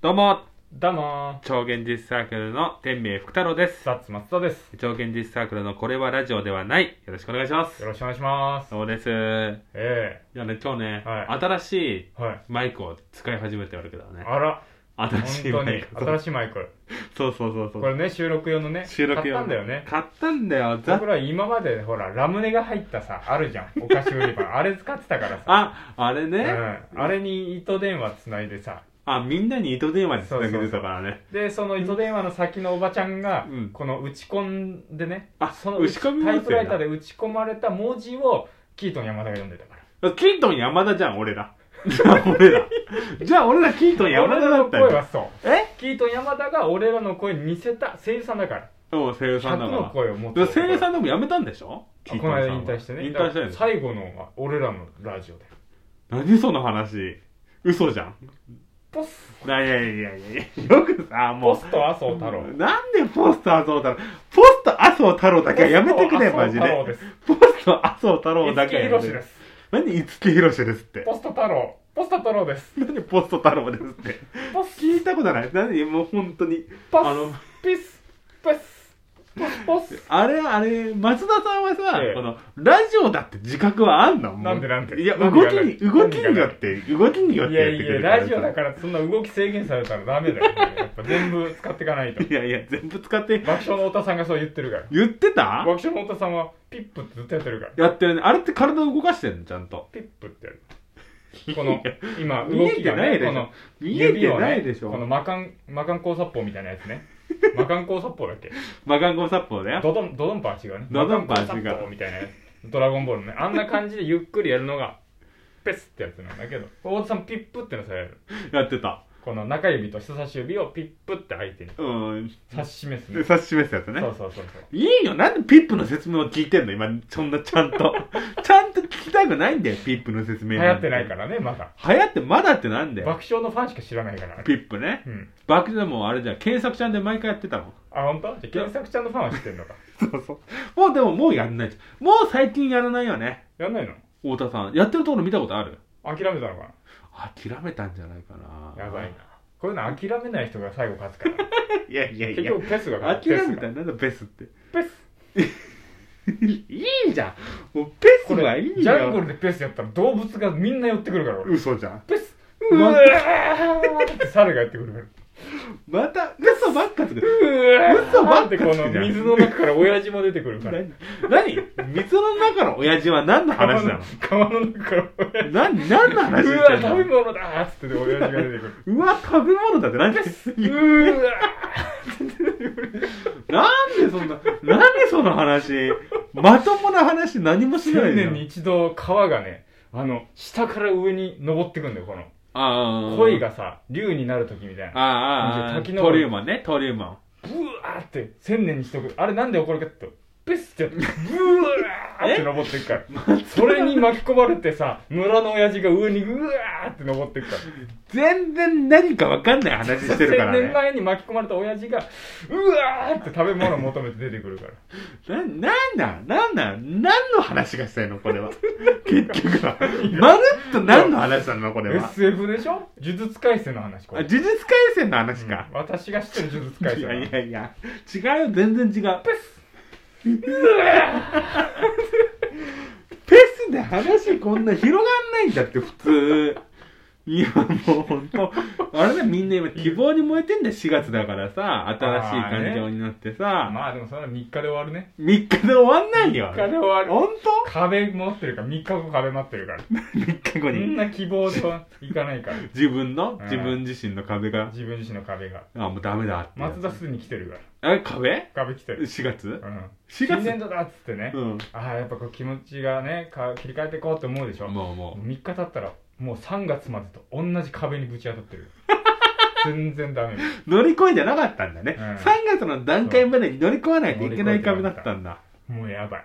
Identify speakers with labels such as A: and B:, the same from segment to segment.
A: どうも、
B: どうも
A: 超現実サークルの天明福太郎です。
B: サッツ松田です
A: 超現実サークルのこれはラジオではない。よろしくお願いします
B: よ。ろしくお願いします
A: そうです。い
B: え
A: やね、今日ね、
B: はい
A: 新しい
B: えはい
A: マイクを使い始めてるわけだね。
B: あら
A: 新しい
B: 本当
A: マ
B: に
A: イク。
B: 新しいマイク
A: そうそうそうそ
B: こ
A: う。
B: れね収録用のね
A: 収録用
B: 買ったんだよね
A: 買ったんだよ。ざ
B: 僕ら今までほらラムネが入ったさあるじゃんお菓子売り場 あれ使ってたからさ
A: あ、あれね、
B: うん、あれに糸電話つないでさ
A: あ、みんなに糸電話でつなげてたからね。
B: でその糸電話の先のおばちゃんが、
A: うん
B: この打ち込んでね
A: あ
B: その
A: 打ち込み
B: タ
A: ま
B: イ
A: す
B: プ
A: よ
B: ラ
A: ね
B: イターで打ち込まれた文字をキートン山田が読んでたから
A: キートン山田じゃん、俺ら。 じゃあ俺ら。じゃあ俺らキートン山田だった
B: 俺らの声
A: よ。
B: はそう
A: え
B: キートン山田が俺らの声に似せた声優さんだから
A: もう声優さ
B: 100
A: んだか
B: の
A: ら。
B: 声を持って
A: でも声優さ
B: ん
A: んでも辞めたんでしょキー
B: こ
A: トン
B: の
A: さんは
B: 間引退してね
A: 引退したよ
B: だ
A: ね
B: から最後のは俺らのラジオで
A: 何その話嘘じゃん
B: ポス
A: いやいやいやいやよくさもう
B: ポスト麻生太郎
A: なんでポスト麻生太郎ポスト麻生太郎だけはやめてくれマジ
B: ポスト麻生太郎
A: でポスト麻生太郎
B: です
A: だ
B: 五
A: け
B: 木
A: は
B: ひ
A: やめ
B: ろしてです
A: 何五木ひろしですって
B: ポスト太郎ポスト太郎です
A: 何ポスト太郎ですって
B: ポス
A: 聞いたことない何もう本当に
B: ポス
A: あの
B: ピスポスポスポス
A: あれあれ松田さんはさ、
B: ええ
A: このラジオだって自覚はあんのもう
B: なんでなんで
A: いや動
B: 何
A: き
B: が
A: に
B: 何
A: 動きによって動きによっ
B: い
A: て
B: や
A: やってく
B: いや
A: るから
B: ラジオだからそんな動き制限されたらダメだよやっぱ全部使っていかないと
A: いやいや全部使って
B: 爆笑の太田さんがそう言ってるから
A: 言ってた
B: 爆笑の太田さんはピップってずっとやってるから
A: やってるね。あれって体を動かしてんのちゃんと。
B: ピップってやるこの今
A: 見
B: 動
A: え
B: き
A: て
B: が
A: ない
B: ね
A: でし
B: こ
A: ょ
B: の。
A: 見えてないでし
B: 指をねこの
A: ょ。
B: 魔漢魔漢光殺法みたいなやつね 魔漢光殺法だっけ
A: マガンゴ殺法だよ。
B: ドドンドドンパー違うね
A: ドドンパー違う
B: 魔漢光殺法みたいなやつドラゴンボールのねあんな感じでゆっくりやるのがペスってやつなんだけど大津さんピップってのされる
A: やってた。
B: この中指と人差し指をピップって相手に
A: うん。
B: 指し示す
A: で
B: ね
A: 指し示すやつ
B: そう
A: ね。
B: そうそうそう
A: いいよ。なんでピップの説明を聞いてんの今、そんなちゃん と。ちゃんと聞きたくないんだよ、ピップの説明
B: 流
A: ん
B: 行ってないからねまだ
A: ら。流行ってまだってなんだよ。
B: 爆笑のファンしか知らないから
A: ピップね。
B: うん
A: バックでもあれじゃん。検索ちゃんで毎回やってたの。
B: あ本当じゃあ原作ちゃんのファンは知ってるのか
A: そうそう。もうでももうやんないじゃん。もう最近やらないよね。
B: やんないの
A: 太田さん。やってるところ見たことある
B: 諦めたのか
A: 諦めたんじゃないかな。
B: なやばいなこういうの諦めない人が最後勝つから
A: いやいやい
B: 結
A: や。
B: 局ペスが勝つ
A: 諦めた
B: ペスが
A: らなんだベスって。
B: ペス
A: いいじゃんもうペス
B: こ
A: は
B: れ
A: いいよ
B: ジャングルでペスやったら動物がみんな寄ってくるから俺
A: 嘘じゃん。
B: ペス
A: う
B: う
A: わ
B: わーって猿がやってくるから
A: また嘘ばっかつく。
B: うわー
A: 嘘ばっか
B: って
A: つく
B: こ
A: じゃん
B: の水の中から親父も出てくるから
A: 何何水の中の親父は何の
B: 川
A: 話な
B: の
A: の
B: 川の中から親父
A: 何、何の話
B: う
A: し
B: わ
A: てん
B: ー食べ
A: の
B: 物だーっつって親父が出てくる
A: うわ、食べ物だって何
B: うわ
A: なんでそんな、なんでその話。まともな話何もしな
B: ー
A: い
B: 1000
A: じゃ
B: 年に
A: ん。
B: 一度川がねあの下から上に登ってくんだよこの
A: ああ。
B: 鯉。がさ竜になる時みたいな
A: ああ、ああ。
B: 滝の
A: トリウマンね、トリウマン。
B: ブワーって千年にしとくあれなんで起こるかって言うとペスってやってブワーって登っていくからそれに巻き込まれてさ村の親父が上にうわーって登っていくから
A: 全然何かわかんない話してるからね。
B: 千年前に巻き込まれた親父がうわーって食べ物を求めて出てくるから
A: な、なんなんなんなん何の話がしたいのこれ は。結局は。まるっと何の話なのこれは。
B: SF でしょ呪術廻戦の話こ
A: あ、呪
B: れ
A: 術廻戦の話か。
B: 私が知ってる呪術廻
A: い
B: 戦
A: やいやい
B: の話
A: や。違うよ、全然違う。
B: ペス
A: ペスで話こんな広がんないんだって、普通。いや、もうほんと。あれだ、みんな今希望に燃えてんだよ、4月だからさ。新しい環境になってさ。
B: まあでもそれは3日で終わるね
A: 3日で終わんないよ。
B: 3日で終わる
A: ほんと
B: 壁持ってるから3日後壁待ってるから
A: ?3 日後
B: みん
A: に。
B: な希望といかないから
A: 自分の、
B: うん
A: 自分自身の壁が。
B: 自分自身の壁が
A: あ、もうダメだって。
B: 松田すでに来てるから
A: え、壁
B: 壁来てる
A: ?4 月
B: うん
A: 4
B: 新
A: 月
B: 年度だっつってね、
A: うん。
B: ああやっぱこう気持ちがねか切り替えていこうって思うでしょ、
A: もうも
B: 3日経ったらもう3月までと同じ壁にぶち当たっ てる全然ダメ
A: う、乗り越えじゃなかったんだね。
B: うん
A: 3月の段階までに乗り越えないといけない壁だったんだ。
B: もうやばい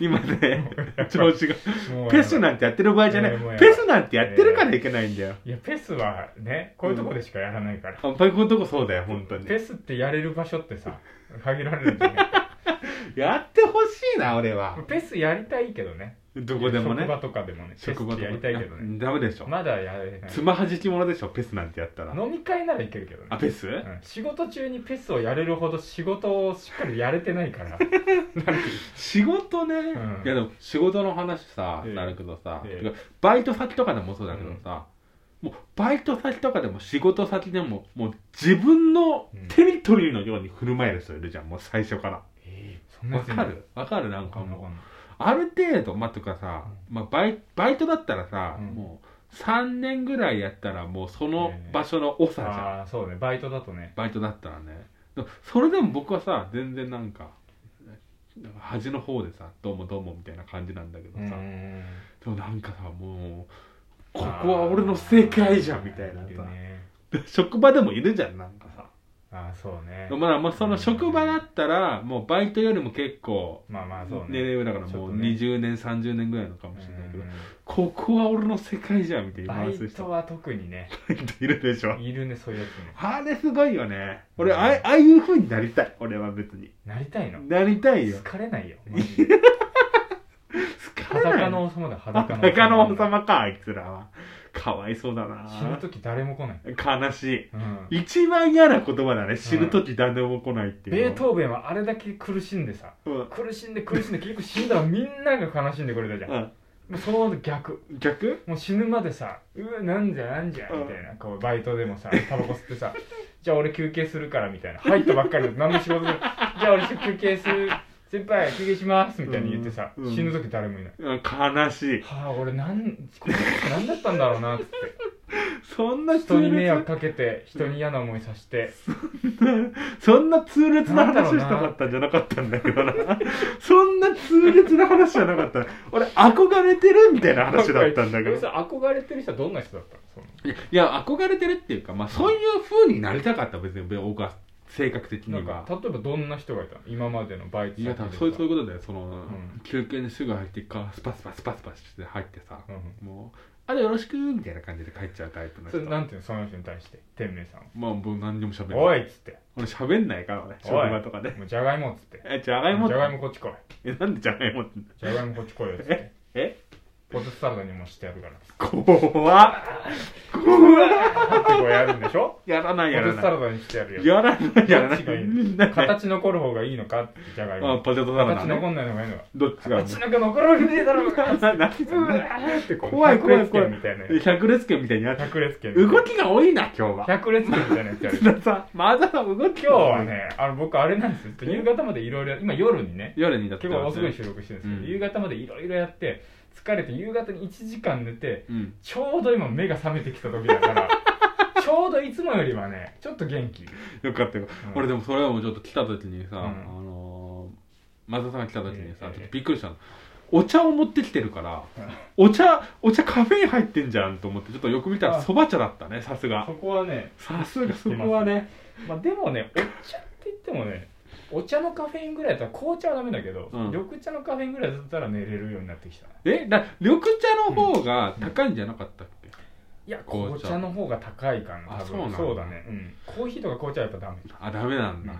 A: 今 ね、調子が。
B: もうやばい
A: ペスなんてやってる場合じゃな
B: もうやば
A: い。
B: い
A: ペスなんてやってるからいけないんだよ。
B: いやペスはねこういうとこでしかやらないから、
A: あ、パイコのとこそうだよ、本当に。
B: ペスってやれる場所ってさ 限られるんじゃない
A: やってほしいな、俺は。
B: ペスやりたいけどね
A: どこでもね
B: 職場とかでもね
A: 職場
B: ペスってやり
A: とか
B: たいけどね
A: ダメでしょ
B: まだやれない
A: つまはじき者でしょペスなんてやったら
B: 飲み会ならいけるけどね
A: あペス
B: うん仕事中にペスをやれるほど仕事をしっかりやれてないからなんて
A: 仕事ね、
B: うん
A: いやでも仕事の話さ、
B: ええ
A: なるけどさ、
B: ええ
A: てかバイト先とかでもそうだけどさ、もうバイト先とかでも仕事先でももう自分のテリトリーのように振る舞える人いるじゃんもう最初から
B: そんな
A: わ
B: やついる
A: かるわかるなんか
B: わかんない
A: も
B: わ
A: う
B: かんない
A: ある程度まあとかさ、まあ、バイバイトだったらさ、
B: うん
A: もう3年ぐらいやったらもうその場所の多さじゃん、
B: ああそうねバイトだとね
A: バイトだったらねでもそれでも僕はさ全然なんかなんか端の方でさ「どうもどうも」みたいな感じなんだけど
B: う
A: さ、
B: ん
A: でもなんかさもうここは俺の世界じゃんみたいな
B: あーる
A: さ、
B: ね
A: 職場でもいるじゃんなんかさ、
B: あーそうね
A: まあまあその職場だったらもうバイトよりも結構
B: まあまあそうね
A: 年齢上だからもう
B: ちょっとね
A: 20年30年ぐらいのか
B: う
A: もしれないけど、
B: ん
A: ここは俺の世界じゃんみたいな
B: バ
A: 言い回す
B: イ
A: 人
B: トは特にね
A: いるでしょ
B: いるねそういうやつね
A: あれすごいよね俺ああああいう風になりたい俺は別に
B: なりたいの
A: なりたいよ
B: 疲れないよマジで裸の王様だよ裸の王様
A: 中の王様かあいつらはかわいそうだ
B: 死ぬ
A: な
B: 時誰も来ない、
A: 悲し
B: うん、
A: い一番嫌な言葉だね死ぬ時誰も来ないってい
B: ベ
A: う
B: ートーベンはあれだけ苦しんでさ
A: うん
B: 苦しんで苦しんで結局死んだらみんなが悲しんでくれたじゃん、もうその逆
A: うん逆
B: もう死ぬまでさうわなんじゃなんじゃ
A: うん
B: みたいなこうバイトでもさタバコ吸ってさ じゃあ俺休憩するからみたいな入ったばっかりで何の仕事でもじゃあ俺休憩する先輩休憩しますみたいに言ってさ、
A: うんうん
B: 死ぬ時誰もいない
A: うん悲しい
B: はあ俺なんこの時何だったんだろうなっつって
A: そんな痛
B: 人に迷惑
A: 烈
B: かけて人に嫌な思いさせて
A: そんな痛烈な話をしたかったんじゃなかったんだけどな そんな痛烈な話じゃなかった俺憧れてるみたいな話だったんだけど
B: さ憧れてる人はどんな人だったのその
A: いやいや憧れてるっていうか、まあ、そういう風になりたかった別に僕は性格的に
B: な
A: は
B: んか例えばどんな人がいたの今までのバイト
A: いや多分
B: 先で
A: そういうそうい
B: さ
A: うことだよその、
B: ん
A: 休憩にすぐ入ってからスパスパスパスパして入ってさ、
B: うん
A: もう「あとよろしく」みたいな感じで帰っちゃうタイプの
B: そ
A: 人
B: れなんていうのその人に対して天明さんは
A: まあ僕何にも喋ん
B: お
A: ない
B: いっつって
A: 俺喋んないから俺職場とかで
B: もうじゃがいもっつって
A: えじゃがいも
B: じゃがいもこっち来い
A: えなんでじゃがいもって
B: じゃがいもこっち来いよっつって
A: え
B: ポテトサラダにもしてやるからっつって
A: 怖っ怖っ
B: こうやるんでしょ
A: やらない
B: ポ
A: や
B: テ
A: ら
B: トサ
A: な
B: ラダにしてやる
A: い
B: よ
A: やらないやらない
B: どっちがいい
A: なんか
B: 形残る方がいいのかってじゃがい
A: あ
B: も
A: ポテトサラダ
B: 形
A: ね
B: 残んないのがいいのか
A: どっちが
B: 形なんか残るわけねえだろうが
A: 何
B: うわーってこう
A: 怖い怖い怖い
B: 百裂拳みたいなや
A: 百列拳みたいにやっ
B: つ
A: て
B: 百裂拳
A: 動きが多いな今日は
B: 百裂拳みたいなやつやる
A: 津田さんまださん動き
B: 今日はね、あの僕あれなんですよ。夕方までいろいろ、今夜にね、
A: 夜にだって
B: 結構遅い収録してるんですけど、
A: うん
B: 夕方までいろいろやって、疲れて夕方に1時間寝て、
A: うん
B: ちょうど今目が覚めてきた時だ から、ちょうどいつもよりはね、ちょっと元気。
A: よかったよ、
B: うん
A: 俺でもそれはもうちょっと来た時にさ、
B: うん
A: あのー、松田さんが来た時にさ、ち
B: ええ
A: ょっとびっくりしたのお茶を持ってきてるから、お茶お茶カフェイン入ってんじゃんと思ってちょっとよく見たら
B: あ
A: そば茶だったねさすが
B: そこはね、
A: さすがそこはね
B: まあでもね、お茶って言ってもね、お茶のカフェインぐらいだったら紅茶はダメだけど、
A: うん
B: 緑茶のカフェインぐらいだったら寝れるようになってきた。
A: えだ緑茶の方が高いんじゃなかったっけ、
B: いや、
A: 紅茶
B: 紅茶の方が高いかな、
A: あ
B: 多
A: そうなん
B: 分。
A: だ
B: そうだね。うん。コーヒーとか紅茶はやっぱダメ。
A: あダメなんだ、
B: うん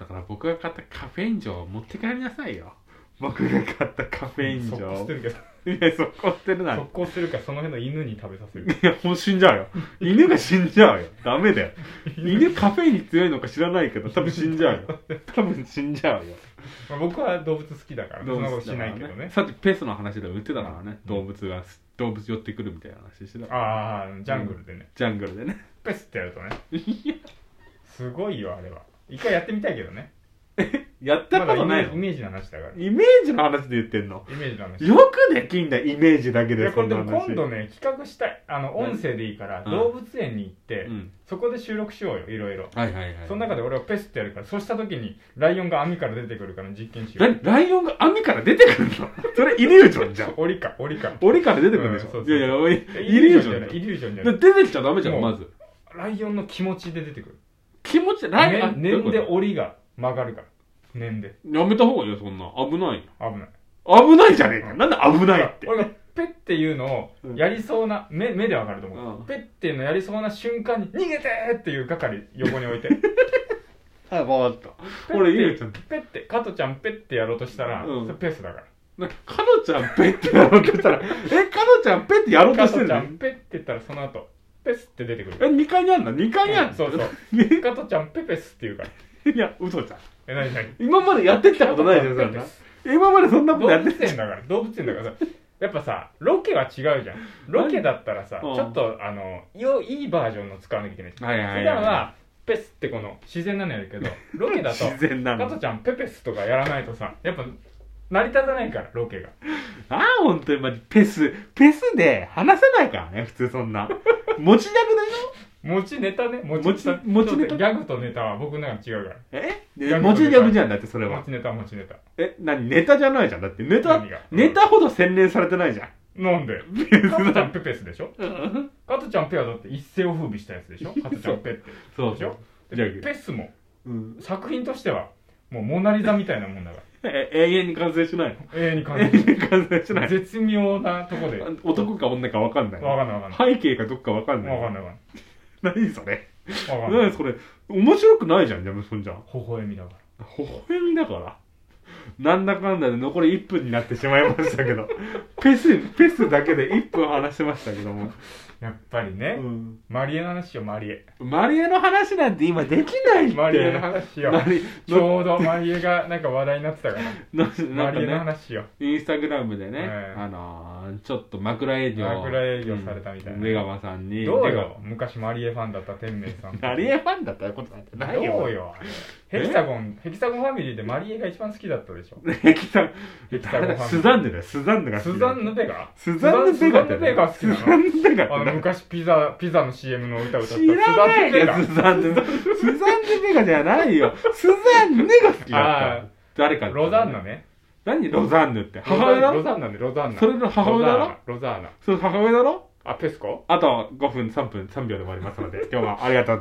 A: だから僕が買ったカフェイン錠を持って帰りなさいよ僕が買ったカフェイン錠
B: 速攻してる けど。
A: いや、そこってるな。い
B: 速攻するかその辺の犬に食べさせる
A: や、もう死んじゃうよ。犬が死んじゃうよ。ダメだよ。犬カフェインに強いのか知らないけど、多分死んじゃう よ。多分死んじゃうよ。
B: まあ僕は動物好きだからそんなことしないけどね
A: さっきペースの話でも言ってたからね。
B: うん
A: 動物が、動物寄ってくるみたいな話してたから。
B: ああジャングルでね、
A: ジャングルでね。
B: ペスってやるとねすごいよあれは一回やってみたいけどね
A: やったことない
B: まだ
A: の、
B: イメージイメージの話だからイ
A: イメージの話で言ってんの。
B: メージの話い
A: よくできんだ、イメージだけで
B: やこ
A: そ
B: れ
A: ん
B: で
A: な
B: も
A: 話。
B: 今度ね企画したいあの音声でいいから
A: うん
B: 動物園に行って、
A: うん。
B: そこで収録しようよいろいろ
A: はいはいはい。
B: その中で俺はペスってやるからそうした時にライオンが網から出てくるから実験しよう
A: 何ライオンが網から出てくるのそれイリュージョンじゃん。
B: 檻か檻か
A: 檻から出てくるでし
B: うんそう
A: ょ。い
B: そう
A: やいや、おいイ
B: え
A: リュージョン
B: じ
A: じ
B: ゃ
A: ゃ
B: なんいイリュージョンじゃな
A: で
B: い
A: 出てきちゃダメじゃん
B: もう
A: まず
B: ライオンの気持ちで出てくる
A: 気持ちライ
B: ね
A: あどういう
B: 念
A: こと
B: で檻が曲がるから念で
A: やめた方がいいよそんな危ないよ
B: 危ない
A: 危ないじゃねえかなんで危ないって
B: 俺がペッっていうのをやりそうな、目目でわかると思う、
A: うん
B: ペッっていうのやりそうな瞬間に「逃げて!」っていう係横に 置いて
A: あわかった俺イリュージョン
B: ペッて加トちゃんペッってやろうとしたら、
A: うん
B: それペースだから
A: なかのちゃんペってやろうと したら、え、かのちゃんペってやろうと
B: 加
A: して
B: ト
A: る
B: ちゃ
A: の
B: んペッて言ったらその後ペスって出てく
A: え、
B: る
A: 2階にあんの ?2 階にあんの、
B: うんそうそう
A: え
B: 加トちゃんペペスって言うから
A: いや、嘘じゃん。
B: え何何
A: 今までやってきたことないじゃん、そんな。 今までそんなこと
B: 動
A: や
B: 物
A: ってき
B: 園だから動物園だからさやっぱさロケは違うじゃんロケだったらさち
A: うん
B: ょっとあのよいいバージョンの使わなきゃいけないじゃん
A: た。はいはい
B: 普段はペスってこの自然なのやるけど ロケだと
A: 自然な
B: 加
A: の
B: ト。ちゃんペペスとかやらないとさやっぱ成り立たないからロケが
A: ああ、本当にマジ、ペス、ペスで話せないからね、普通そんな。持ちなく
B: 持ちネタね持ちネタ
A: 持ち持ちネタ
B: ギャグとネタは僕の中で違うか
A: でし
B: い
A: ょえ
B: や
A: 持ち逆じゃんだって、それ
B: ら持
A: は。
B: ちネタは持ちネタ
A: え、なに、ネタじゃないじゃん。だって、ネタ
B: 何が、
A: ネタほど洗練されてないじゃん。
B: なん で
A: ペ
B: 加トちゃん
A: ス
B: ペペスでしょ加トちゃんペはだって一世を風靡したやつ でしょ加トちゃんペって
A: そう
B: でしょ
A: じゃあ
B: でペスも
A: うん。
B: 作品としてはもうモナ・リザみたいなも んだか
A: え、永遠に完成しないの
B: ら永遠に感
A: 永
B: じる
A: 遠に完成しない。
B: 絶妙な とこでわ
A: 男か女かわかんない。
B: かんないわかんない
A: 背景かどっかわかんない。
B: わかんないわ
A: 何それ
B: かんないわかんない
A: 何それ面白くないじゃん、じゃあ、そんじゃん。
B: 微笑みだか
A: 微笑みだから。なんだかんだで残り1分になってしまいました けど。ペス、ペスだけで1分話してましたけども。
B: らやっぱり
A: う
B: ね
A: ん。
B: マリエの話よマリエ
A: マリエの話なんて今できないって。
B: マリエの話よ
A: マリ
B: ちょうどマリエがなんか話題になってたから
A: のな
B: マ
A: ん
B: リエの
A: かね、
B: 話よ
A: インスタグラムでね、
B: ええ
A: あのー、ちょっと枕営業。
B: 枕営業されたみたいな
A: うん出川さんに。
B: どう
A: 出
B: よ
A: 川。
B: 昔マリエファンだった天明さん
A: マリエファンだったことなんてないよ。
B: どうよヘキサゴンヘキサゴンファミリーでマリエが一番好きだったでしょ
A: ヘキサ、
B: ヘキサゴンファミリー
A: スザンヌだよ、スザンヌが好き
B: ス
A: だ
B: ザンヌ・ベガ
A: スザンヌ・ベガっ
B: スザ
A: て
B: ンヌベガ好きなの
A: スザンヌ・ベガって
B: あの
A: 誰
B: 昔ピザピザの CM の歌歌った
A: 知らない
B: ス
A: よ
B: ザンヌベ
A: スザンヌスザンヌ・ベガじゃないよスザンヌが好きだ
B: あ
A: っ
B: ー
A: た誰か
B: ガロザンナね
A: 何ロザンヌって母
B: ロ
A: 親だ
B: ザンロ
A: ろ
B: ザンナねロザンナ
A: それの母親だろ
B: ロザーナロザーナ
A: そう母親だろ
B: あペスコ
A: あと5分3分3秒で終わりますので今日はありがとう